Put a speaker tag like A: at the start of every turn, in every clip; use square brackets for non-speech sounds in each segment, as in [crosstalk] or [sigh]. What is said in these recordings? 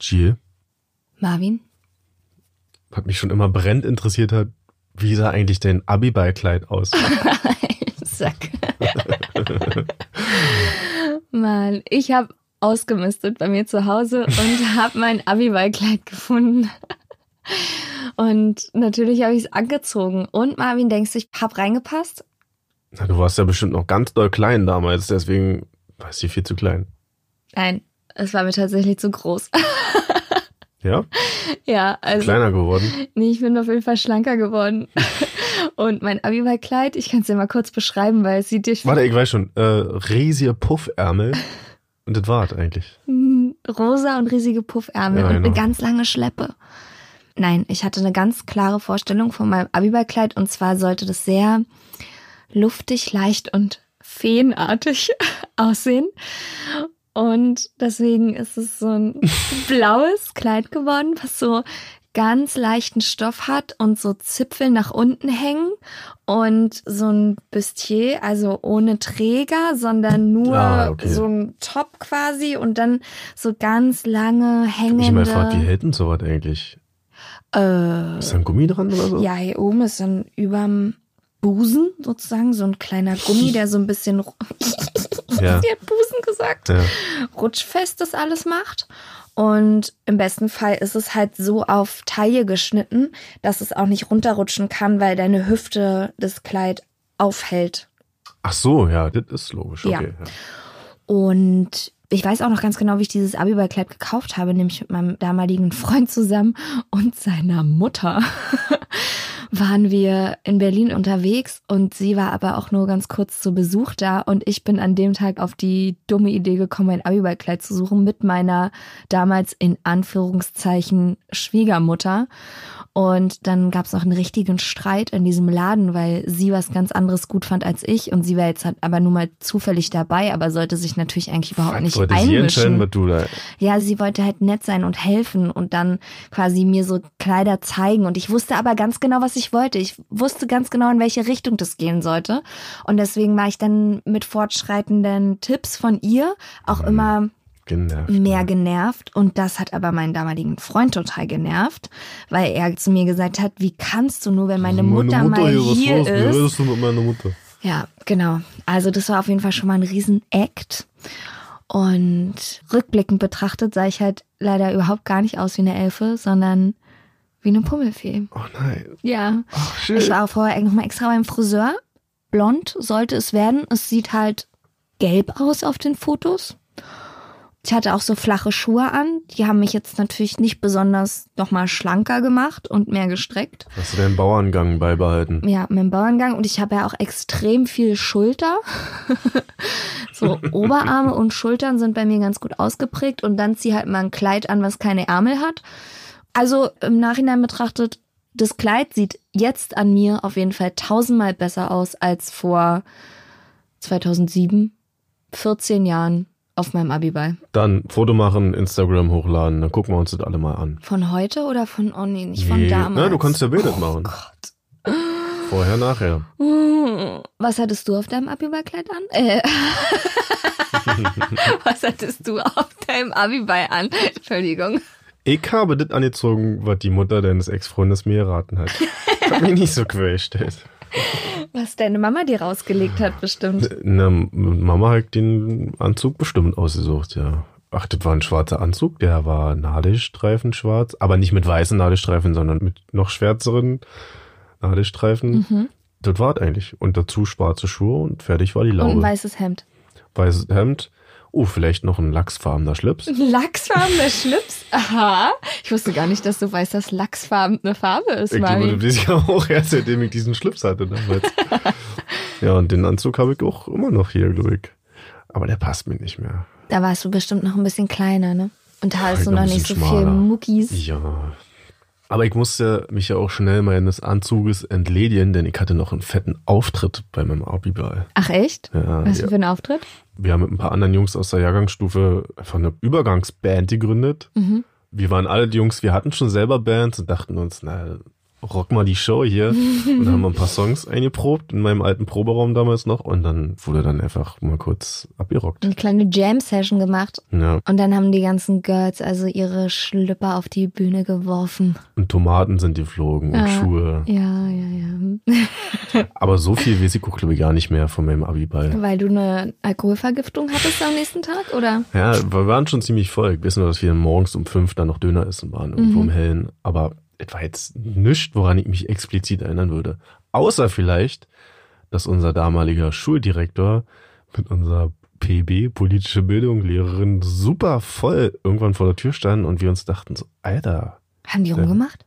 A: Jill,
B: Marvin?
A: was mich schon immer brennend interessiert hat, wie sah eigentlich dein Abiballkleid
C: [laughs]
A: aus?
C: Sack. Mann, ich habe ausgemistet bei mir zu Hause und habe mein Abiballkleid gefunden. Und natürlich habe ich es angezogen. Und Marvin, denkst du, ich hab reingepasst?
A: Na, du warst ja bestimmt noch ganz doll klein damals, deswegen warst du viel zu klein.
C: Nein, es war mir tatsächlich zu groß. [laughs]
A: Ja?
C: ja, also
A: Kleiner
C: [laughs]
A: geworden.
C: nee, ich bin auf jeden Fall schlanker geworden. Und mein Abiballkleid, ich kann es dir mal kurz beschreiben, weil es sieht dir
A: Warte, ich weiß schon, äh, riesige Puffärmel. Und das war's eigentlich.
C: rosa und riesige Puffärmel
A: Ja,
C: und eine
A: genau.
C: ganz lange Schleppe. Nein, ich hatte eine ganz klare Vorstellung von meinem Abiballkleid und zwar sollte das sehr luftig, leicht und feenartig [laughs] aussehen. Und deswegen ist es so
A: [laughs]
C: ein blaues Kleid geworden, was so ganz leichten Stoff hat und so Zipfel nach unten hängen und so ein Bustier, also ohne Träger, sondern nur
A: Ah, okay.
C: so ein Top quasi und dann so ganz lange hängende.
A: Ich mal fragt, wie hält denn sowas eigentlich?
C: äh,
A: Ist da ein Gummi dran oder so?
C: ja, hier oben ist dann überm Busen sozusagen so ein kleiner Gummi, der so ein bisschen. ru- [laughs]
A: Ja.
C: Sie hat Busen gesagt
A: Ja.
C: rutschfest das alles macht. Und im besten Fall ist es halt so auf Taille geschnitten, dass es auch nicht runterrutschen kann, weil deine Hüfte das Kleid aufhält.
A: Ach so, ja, das ist logisch.
C: Ja.
A: Okay. Ja.
C: Und ich weiß auch noch ganz genau, wie ich dieses Abiballkleid gekauft habe, nämlich mit meinem damaligen Freund zusammen und seiner Mutter. [laughs] waren wir in Berlin unterwegs und sie war aber auch nur ganz kurz zu Besuch da und ich bin an dem Tag auf die dumme Idee gekommen, ein Abiballkleid zu suchen mit meiner damals in Anführungszeichen Schwiegermutter. Und dann gab es noch einen richtigen Streit in diesem Laden, weil sie was ganz anderes gut fand als ich und sie war jetzt halt aber nur mal zufällig dabei, aber sollte sich natürlich eigentlich überhaupt nicht
A: Wollte ich hier entscheiden,
C: einmischen.
A: was du da.
C: Ja, sie wollte halt nett sein und helfen und dann quasi mir so Kleider zeigen. Und ich wusste aber ganz genau, was ich wollte. Ich wusste ganz genau, in welche Richtung das gehen sollte. Und deswegen war ich dann mit fortschreitenden Tipps von ihr auch immer
A: Genervt.
C: mehr genervt. Und das hat aber meinen damaligen Freund total genervt, weil er zu mir gesagt hat, wie kannst du nur, wenn meine, Mutter, ne? mal
A: Also, hier, was
C: hier
A: los? Wie
C: ist.
A: redest du mit meiner Mutter?
C: Ja, genau. Also das war auf jeden Fall schon mal ein Riesen-Act. Und rückblickend betrachtet sah ich halt leider überhaupt gar nicht aus wie eine Elfe, sondern wie eine Pummelfee.
A: Oh nein.
C: Ja.
A: Ach, schön.
C: Ich war auch vorher nochmal extra beim Friseur. Blond sollte es werden. Es sieht halt gelb aus auf den Fotos. Ich hatte auch so flache Schuhe an. Die haben mich jetzt natürlich nicht besonders nochmal schlanker gemacht und mehr gestreckt.
A: Hast du deinen Bauerngang beibehalten?
C: Ja, mit dem Bauerngang und ich habe ja auch extrem viel Schulter. [laughs] so Oberarme und Schultern sind bei mir ganz gut ausgeprägt und dann zieh halt mal ein Kleid an, was keine Ärmel hat. Also im Nachhinein betrachtet, das Kleid sieht jetzt an mir auf jeden Fall tausendmal besser aus als vor 2007, 14 Jahren auf meinem Abiball.
A: Dann Foto machen, Instagram hochladen, dann gucken wir uns das alle mal an.
C: Von heute oder von, oh nee, nicht von
A: Nee,
C: damals.
A: na, du kannst ja Bilder
C: oh
A: machen.
C: Gott. [laughs]
A: Vorher, nachher.
C: Was hattest du auf deinem Abiballkleid an? Äh.
A: [laughs]
C: was hattest du auf deinem Abiball an? Entschuldigung.
A: Ich habe das angezogen, was die Mutter deines Ex-Freundes mir geraten hat. Ich hab mich nicht so quergestellt.
C: Was deine Mama dir rausgelegt hat, bestimmt.
A: Na, Mama hat den Anzug bestimmt ausgesucht, ja. Ach, das war ein schwarzer Anzug, der war Nadelstreifen schwarz, aber nicht mit weißen Nadelstreifen, sondern mit noch schwärzeren Nadelstreifen. Das war eigentlich. Und dazu schwarze Schuhe und fertig war die Laube.
C: Und ein weißes Hemd.
A: weißes Hemd Oh, vielleicht noch ein lachsfarbener Schlips.
C: Lachsfarbener Schlips? Aha. Ich wusste gar nicht, dass du weißt, dass Lachsfarben eine Farbe ist,
A: Ich glaube,
C: Mami.
A: das ist ja auch erst, seitdem ich diesen Schlips hatte damals. ja, und den Anzug habe ich auch immer noch hier, glaube ich. Aber der passt mir nicht mehr.
C: Da warst du bestimmt noch ein bisschen kleiner, ne? Und da hast
A: ich
C: du
A: glaub,
C: noch
A: ein
C: nicht so
A: bisschen schmaler.
C: viel Muckis.
A: Ja. Aber ich musste mich ja auch schnell meines Anzuges entledigen, denn ich hatte noch einen fetten Auftritt bei meinem Abiball.
C: Ach echt?
A: Ja,
C: Was
A: ja.
C: für ein Auftritt?
A: Wir haben mit ein paar anderen Jungs aus der Jahrgangsstufe einfach eine Übergangsband gegründet.
C: Mhm.
A: Wir waren alle die Jungs, wir hatten schon selber Bands und dachten uns, na, rock mal die Show
C: [laughs]
A: hier. und haben ein paar Songs eingeprobt in meinem alten Proberaum damals noch und dann wurde dann einfach mal kurz abgerockt.
C: Eine kleine Jam-Session gemacht.
A: Ja.
C: Und dann haben die ganzen Girls also ihre Schlüpper auf die Bühne geworfen.
A: Und Tomaten sind geflogen und
C: Ja.
A: Schuhe.
C: Ja, ja, ja.
A: Aber so viel weiß ich auch, glaube ich, gar nicht mehr von meinem Abiball.
C: [laughs] Weil du eine Alkoholvergiftung hattest am nächsten Tag, oder?
A: Ja, wir waren schon ziemlich voll. Wir wissen nur, dass wir morgens um fünf dann noch Döner essen waren, irgendwo im Hellen. Aber es war jetzt nichts, woran ich mich explizit erinnern würde. Außer vielleicht, dass unser damaliger Schuldirektor mit unserer PB, politische Bildung, Lehrerin, super voll irgendwann vor der Tür stand und wir uns dachten so, Alter,
C: Haben die rumgemacht?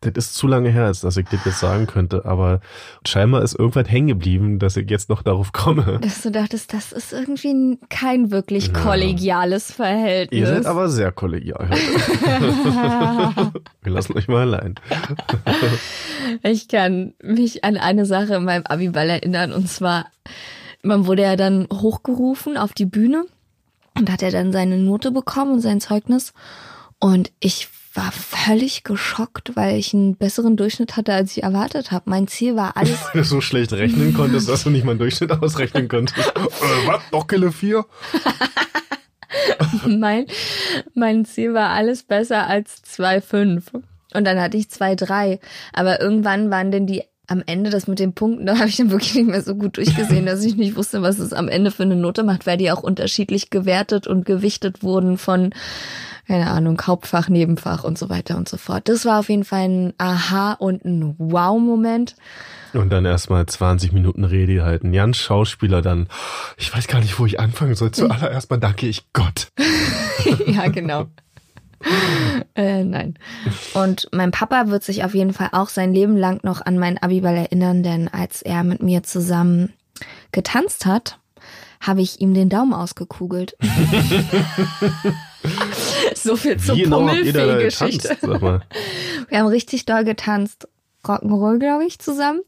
A: das ist zu lange her, als dass ich das jetzt sagen könnte, aber scheinbar ist irgendwas hängen geblieben, dass ich jetzt noch darauf komme.
C: Dass du dachtest, das ist irgendwie kein wirklich
A: Ja.
C: kollegiales Verhältnis.
A: Ihr seid aber sehr kollegial. Wir lassen euch mal allein.
C: Ich kann mich an eine Sache in meinem Abiball erinnern und zwar, man wurde ja dann hochgerufen auf die Bühne und hat er dann seine Note bekommen und sein Zeugnis und ich war völlig geschockt, weil ich einen besseren Durchschnitt hatte, als ich erwartet habe. Mein Ziel war alles
A: Wenn du so schlecht rechnen konntest, dass du nicht mal einen Durchschnitt ausrechnen konntest. äh, was? Doch Kille 4?
C: [laughs] mein, mein Ziel war alles besser als 2,5. Und dann hatte ich 2,3. Aber irgendwann waren denn die am Ende das mit den Punkten, da habe ich dann wirklich nicht mehr so gut durchgesehen, dass ich nicht wusste, was es am Ende für eine Note macht, weil die auch unterschiedlich gewertet und gewichtet wurden von, keine Ahnung, Hauptfach, Nebenfach und so weiter und so fort. Das war auf jeden Fall ein Aha- und ein Wow-Moment.
A: Und dann erstmal 20 Minuten Rede halten. Jan Schauspieler dann. Ich weiß gar nicht, wo ich anfangen soll. Zuallererst mal danke ich Gott.
C: [laughs] ja, genau. äh, nein. Und mein Papa wird sich auf jeden Fall auch sein Leben lang noch an meinen Abiball erinnern, denn als er mit mir zusammen getanzt hat, habe ich ihm den Daumen ausgekugelt. [laughs] so viel zur
A: genau
C: Pummelfee-Geschichte.
A: Sag mal.
C: Wir haben richtig doll getanzt. Rock'n'Roll, glaube ich, zusammen.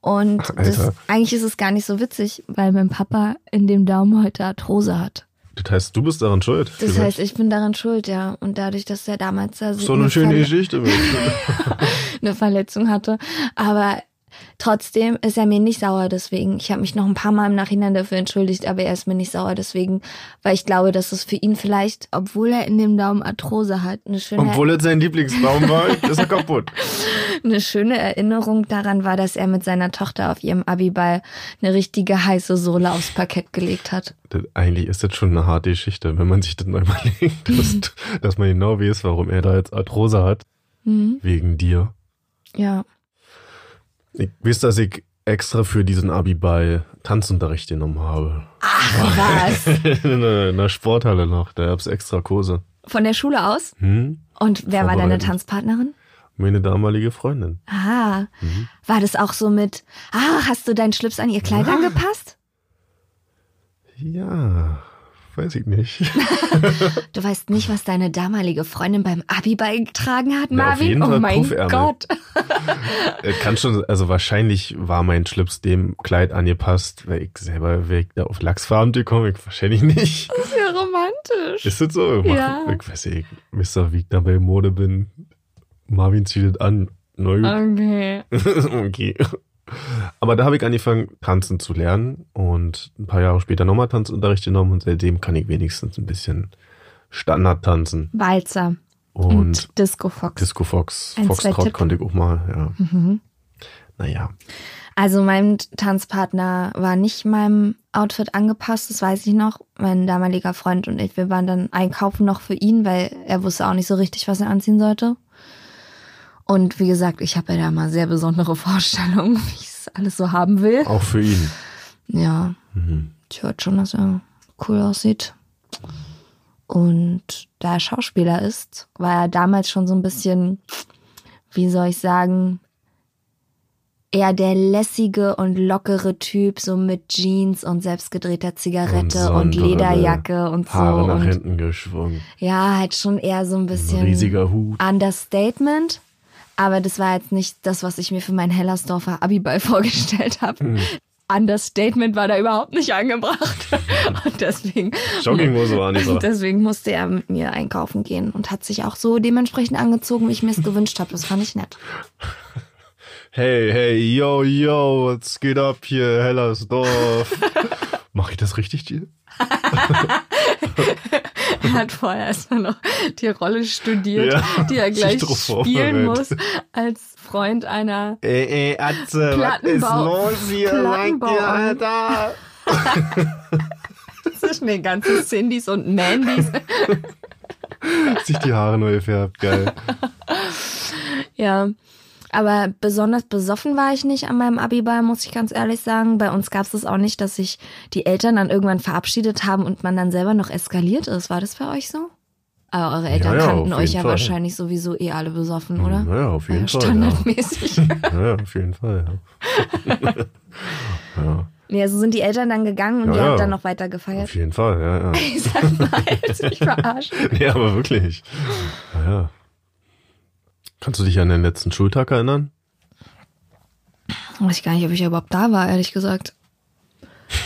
C: Und das,
A: Alter.
C: eigentlich ist es gar nicht so witzig, weil mein Papa in dem Daumen heute Arthrose hat.
A: Das heißt, du bist daran schuld.
C: Das
A: Vielleicht.
C: heißt, ich bin daran schuld, ja. Und dadurch, dass er damals da
A: so eine schöne
C: Verle
A: Geschichte. Mensch.
C: eine Verletzung hatte. Aber trotzdem ist er mir nicht sauer deswegen. Ich habe mich noch ein paar Mal im Nachhinein dafür entschuldigt, aber er ist mir nicht sauer deswegen, weil ich glaube, dass es für ihn vielleicht, obwohl er in dem Daumen Arthrose hat, eine schöne,
A: Obwohl es sein Lieblingsbaum war, ist er kaputt.
C: eine schöne Erinnerung daran war, dass er mit seiner Tochter auf ihrem Abiball eine richtige heiße Sohle aufs Parkett gelegt hat.
A: Das, eigentlich ist das schon eine harte Geschichte, wenn man sich das mal [laughs] überlegt, dass,
C: Mhm.
A: dass man genau weiß, warum er da jetzt Arthrose hat.
C: Mhm.
A: Wegen dir.
C: Ja.
A: Ich weiß, dass ich extra für diesen Abi-Ball Tanzunterricht genommen habe.
C: Was?
A: in einer in einer Sporthalle noch, da gab's extra Kurse.
C: Von der Schule aus?
A: Hm?
C: Und wer war deine
A: Vorbereitend.
C: Tanzpartnerin?
A: Meine damalige Freundin.
C: Ah,
A: Mhm.
C: war das auch so mit, ah, hast du deinen Schlips an ihr Kleid angepasst?
A: Ja, weiß ich
C: [laughs]
A: nicht.
C: Du weißt nicht, was deine damalige Freundin beim Abi beigetragen hat,
A: Na, auf
C: Marvin?
A: jeden
C: oh
A: Fall
C: mein
A: Puffärmel.
C: Gott.
A: Es Kann schon, also wahrscheinlich war mein Schlips dem Kleid angepasst, weil ich selber weg da auf Lachsfarben gekommen ich wahrscheinlich nicht.
C: Das ist ja romantisch.
A: Ist das so? Ich mach-
C: Ja.
A: Ich weiß nicht, Mr. Wiegner bei Mode bin. Marvin zieht das an. Neu.
C: Okay. Ah.
A: [laughs] okay. Aber da habe ich angefangen, tanzen zu lernen und ein paar Jahre später nochmal Tanzunterricht genommen und seitdem kann ich wenigstens ein bisschen Standard tanzen.
C: Walzer
A: Und,
C: und, Disco Fox.
A: Disco Fox,
C: Ein, zwei
A: Foxtrot
C: Tipp. Mhm.
A: konnte ich auch mal, ja. Naja.
C: also mein Tanzpartner war nicht meinem Outfit angepasst, das weiß ich noch. Mein damaliger Freund und ich, wir waren dann einkaufen noch für ihn, weil er wusste auch nicht so richtig, was er anziehen sollte. Und wie gesagt, ich habe ja da mal sehr besondere Vorstellungen, [laughs] wie ich es alles so haben will.
A: Auch für ihn. Mhm.
C: Ja. Ich hört schon, dass er cool aussieht. Und da er Schauspieler ist, war er damals schon so ein bisschen, wie soll ich sagen, eher der lässige und lockere Typ, so mit Jeans und selbstgedrehter Zigarette und,
A: Sonnenbrille,
C: Lederjacke und so.
A: Haare nach
C: und
A: hinten geschwungen.
C: ja, halt schon eher so ein bisschen.
A: Ein riesiger Hut.
C: Understatement. Aber das war jetzt nicht das, was ich mir für meinen Hellersdorfer Abiball [laughs] vorgestellt habe.
A: Hm.
C: Understatement war da überhaupt nicht
A: [laughs]
C: angebracht. Und deswegen,
A: Jogginghose
C: [laughs]
A: war nicht so.
C: deswegen musste er mit mir einkaufen gehen und hat sich auch so dementsprechend angezogen, wie ich mir es gewünscht habe. Das fand ich nett.
A: Hey, hey, yo, yo, was geht ab hier, Hellersdorf? [laughs] Mach ich das richtig, Jill?
C: Er hat vorher erstmal noch die Rolle studiert,
A: Ja,
C: die er
A: sich
C: gleich
A: drauf
C: spielen
A: vorbereitet.
C: muss als Freund einer [laughs]
A: Ey, ey, Atze, was ist
C: Plattenbau-
A: los hier? Sag
C: Plattenbau-
A: dir, Alter.
C: zwischen den ganzen Cindys und Mandys.
A: Sich die Haare neu gefärbt, geil.
C: Ja. Aber besonders besoffen war ich nicht an meinem Abiball, muss ich ganz ehrlich sagen. Bei uns gab es das auch nicht, dass sich die Eltern dann irgendwann verabschiedet haben und man dann selber noch eskaliert ist. War das bei euch so? Aber eure Eltern
A: Ja, ja,
C: kannten
A: auf
C: euch
A: jeden
C: ja
A: Fall.
C: wahrscheinlich sowieso eh alle besoffen, oder?
A: Ja, auf jeden
C: Also
A: Fall, ja.
C: Standardmäßig. [laughs]
A: Ja, auf jeden Fall, ja.
C: nee, also sind die Eltern dann gegangen und
A: Ja,
C: ihr
A: ja.
C: habt dann noch weiter
A: ja,
C: gefeiert.
A: auf jeden Fall, ja, ja.
C: Ich sag [laughs] mal, jetzt mich verarschen.
A: Nee, aber wirklich. Ja, ja. Kannst du dich an den letzten Schultag erinnern?
C: Weiß ich gar nicht, ob ich überhaupt da war, ehrlich gesagt.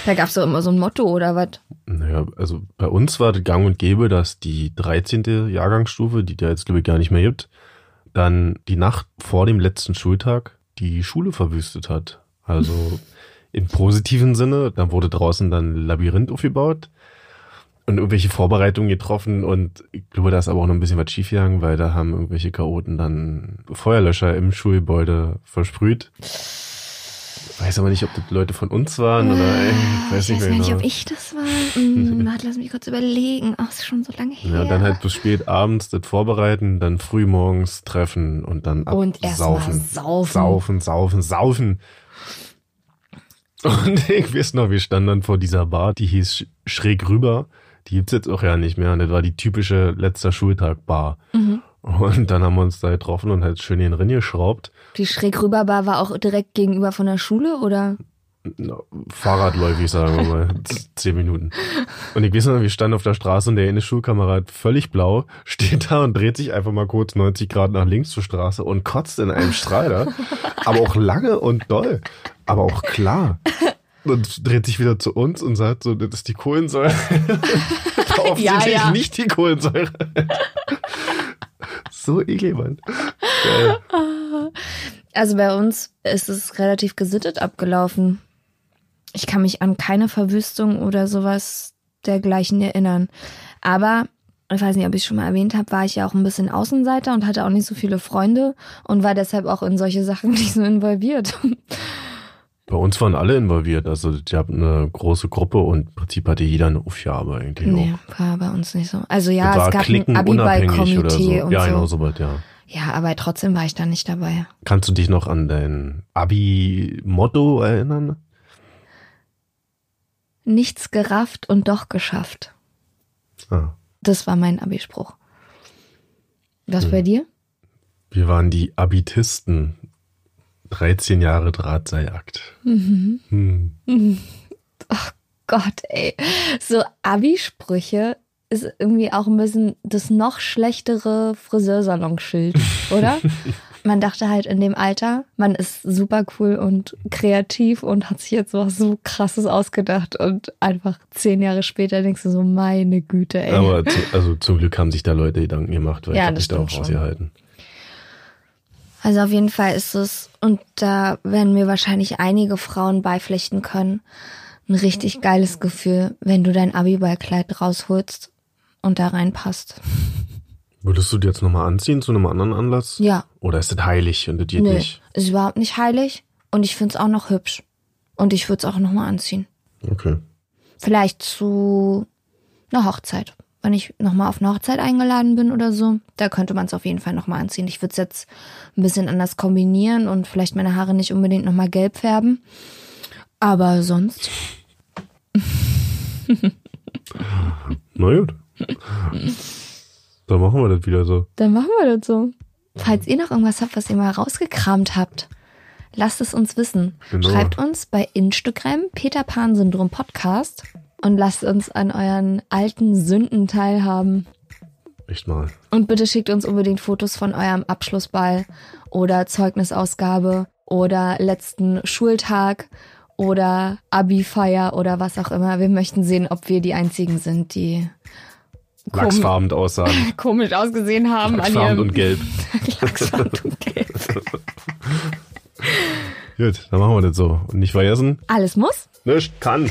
C: Da gab's doch immer so ein Motto oder was.
A: Naja, also bei uns war das gang und gäbe, dass die 13. Jahrgangsstufe, die da jetzt glaube ich gar nicht mehr gibt, dann die Nacht vor dem letzten Schultag die Schule verwüstet hat.
C: [laughs]
A: Also im positiven Sinne, da wurde draußen dann ein Labyrinth aufgebaut und irgendwelche Vorbereitungen getroffen und ich glaube, da ist aber auch noch ein bisschen was schiefgegangen, weil da haben irgendwelche Chaoten dann Feuerlöscher im Schulgebäude versprüht. Weiß aber nicht, ob das Leute von uns waren oder [laughs] ich weiß
C: Ah, Äh, ich
A: nicht
C: weiß
A: mehr
C: gar nicht,
A: genau.
C: ob ich das war. Hm, warte, lass mich kurz überlegen. Ach, ist schon so lange her.
A: Ja, dann halt bis spät abends das vorbereiten, dann früh morgens treffen und dann ab
C: Und erst mal
A: saufen.
C: saufen.
A: Saufen, saufen, saufen. Und [laughs] ich weiß noch, wir standen dann vor dieser Bar, die hieß Sch- schräg rüber. Die gibt's jetzt auch ja nicht mehr. Und das war die typische letzter Schultag-Bar.
C: Mhm.
A: Und dann haben wir uns da getroffen und halt schön den Rinn geschraubt.
C: Die schräg rüberbar war auch direkt gegenüber von der Schule, oder?
A: Na, Fahrradläufig, sagen wir mal. Z- Zehn Minuten. Und ich weiß noch, wir standen auf der Straße und der eine Schulkamerad, völlig blau, steht da und dreht sich einfach mal kurz 90 Grad nach links zur Straße und kotzt in einem Streiler. Aber auch lange und doll. Aber auch klar. Und dreht sich wieder zu uns und sagt so, das ist die
C: [laughs]
A: Kohlensäure. Offensichtlich
C: ja.
A: nicht die Kohlensäure. so eklig, Mann. Geil.
C: Also bei uns ist es relativ gesittet abgelaufen. Ich kann mich an keine Verwüstung oder sowas dergleichen erinnern. Aber ich weiß nicht, ob ich schon mal erwähnt habe, war ich ja auch ein bisschen Außenseiter und hatte auch nicht so viele Freunde und war deshalb auch in solche Sachen [laughs] nicht so involviert.
A: Bei uns waren alle involviert. Also ich habe eine große Gruppe und im Prinzip hatte jeder eine Aufgabe eigentlich.
C: Nee,
A: auch.
C: war bei uns nicht so. Also ja,
A: Das war
C: es gab
A: Klicken
C: ein
A: unabhängig oder so.
C: Abiball-Komitee und
A: Ja,
C: so.
A: genau soweit, ja.
C: Ja, aber trotzdem war ich da nicht dabei.
A: Kannst du dich noch an dein Abi-Motto erinnern?
C: Nichts gerafft und doch geschafft.
A: Ah.
C: Das war mein Abispruch. Was
A: Hm.
C: bei dir?
A: Wir waren die Abitisten. 13 Jahre Drahtseilakt. Hm.
C: [laughs] Gott, ey. So Abisprüche ist irgendwie auch ein bisschen das noch schlechtere Friseursalonschild, oder? Man dachte halt in dem Alter, man ist super cool und kreativ und hat sich jetzt was so krasses ausgedacht und einfach zehn Jahre später denkst du so, meine Güte, ey. [laughs]
A: Aber zu, also zum Glück haben sich da Leute Gedanken gemacht, weil
C: Ja,
A: ich hab
C: das
A: mich da auch
C: stimmt schon.
A: rausgehalten.
C: Also auf jeden Fall ist es, und da werden mir wahrscheinlich einige Frauen beipflichten können, ein richtig geiles Gefühl, wenn du dein Abiballkleid rausholst und da reinpasst.
A: Würdest du dir jetzt nochmal anziehen zu einem anderen Anlass?
C: Ja.
A: Oder ist das heilig und das geht
C: Nö,
A: nicht?
C: ist überhaupt nicht heilig und ich find's auch noch hübsch. Und ich würd's auch nochmal anziehen.
A: Okay.
C: Vielleicht zu einer Hochzeit. Wenn ich nochmal auf eine Hochzeit eingeladen bin oder so, da könnte man's auf jeden Fall nochmal anziehen. Ich würd's jetzt ein bisschen anders kombinieren und vielleicht meine Haare nicht unbedingt nochmal gelb färben. Aber sonst
A: Na gut.
C: [laughs]
A: Dann machen wir das wieder so.
C: Dann machen wir das so.
A: Mhm.
C: Falls ihr noch irgendwas habt, was ihr mal rausgekramt habt, lasst es uns wissen.
A: Genau.
C: Schreibt uns bei Instagram Peter Pan Syndrom Podcast und lasst uns an euren alten Sünden teilhaben.
A: Echt mal.
C: Und bitte schickt uns unbedingt Fotos von eurem Abschlussball oder Zeugnisausgabe oder letzten Schultag oder Abi-Feier oder was auch immer. Wir möchten sehen, ob wir die einzigen sind, die komisch,
A: Lachsfarben aussagen.
C: komisch ausgesehen haben an
A: Lachsfarben
C: ihrem [laughs]
A: und gelb.
C: Lachsfarben und Gelb.
A: Gut, dann machen wir das so. Und nicht vergessen,
C: Alles muss?
A: nicht kann.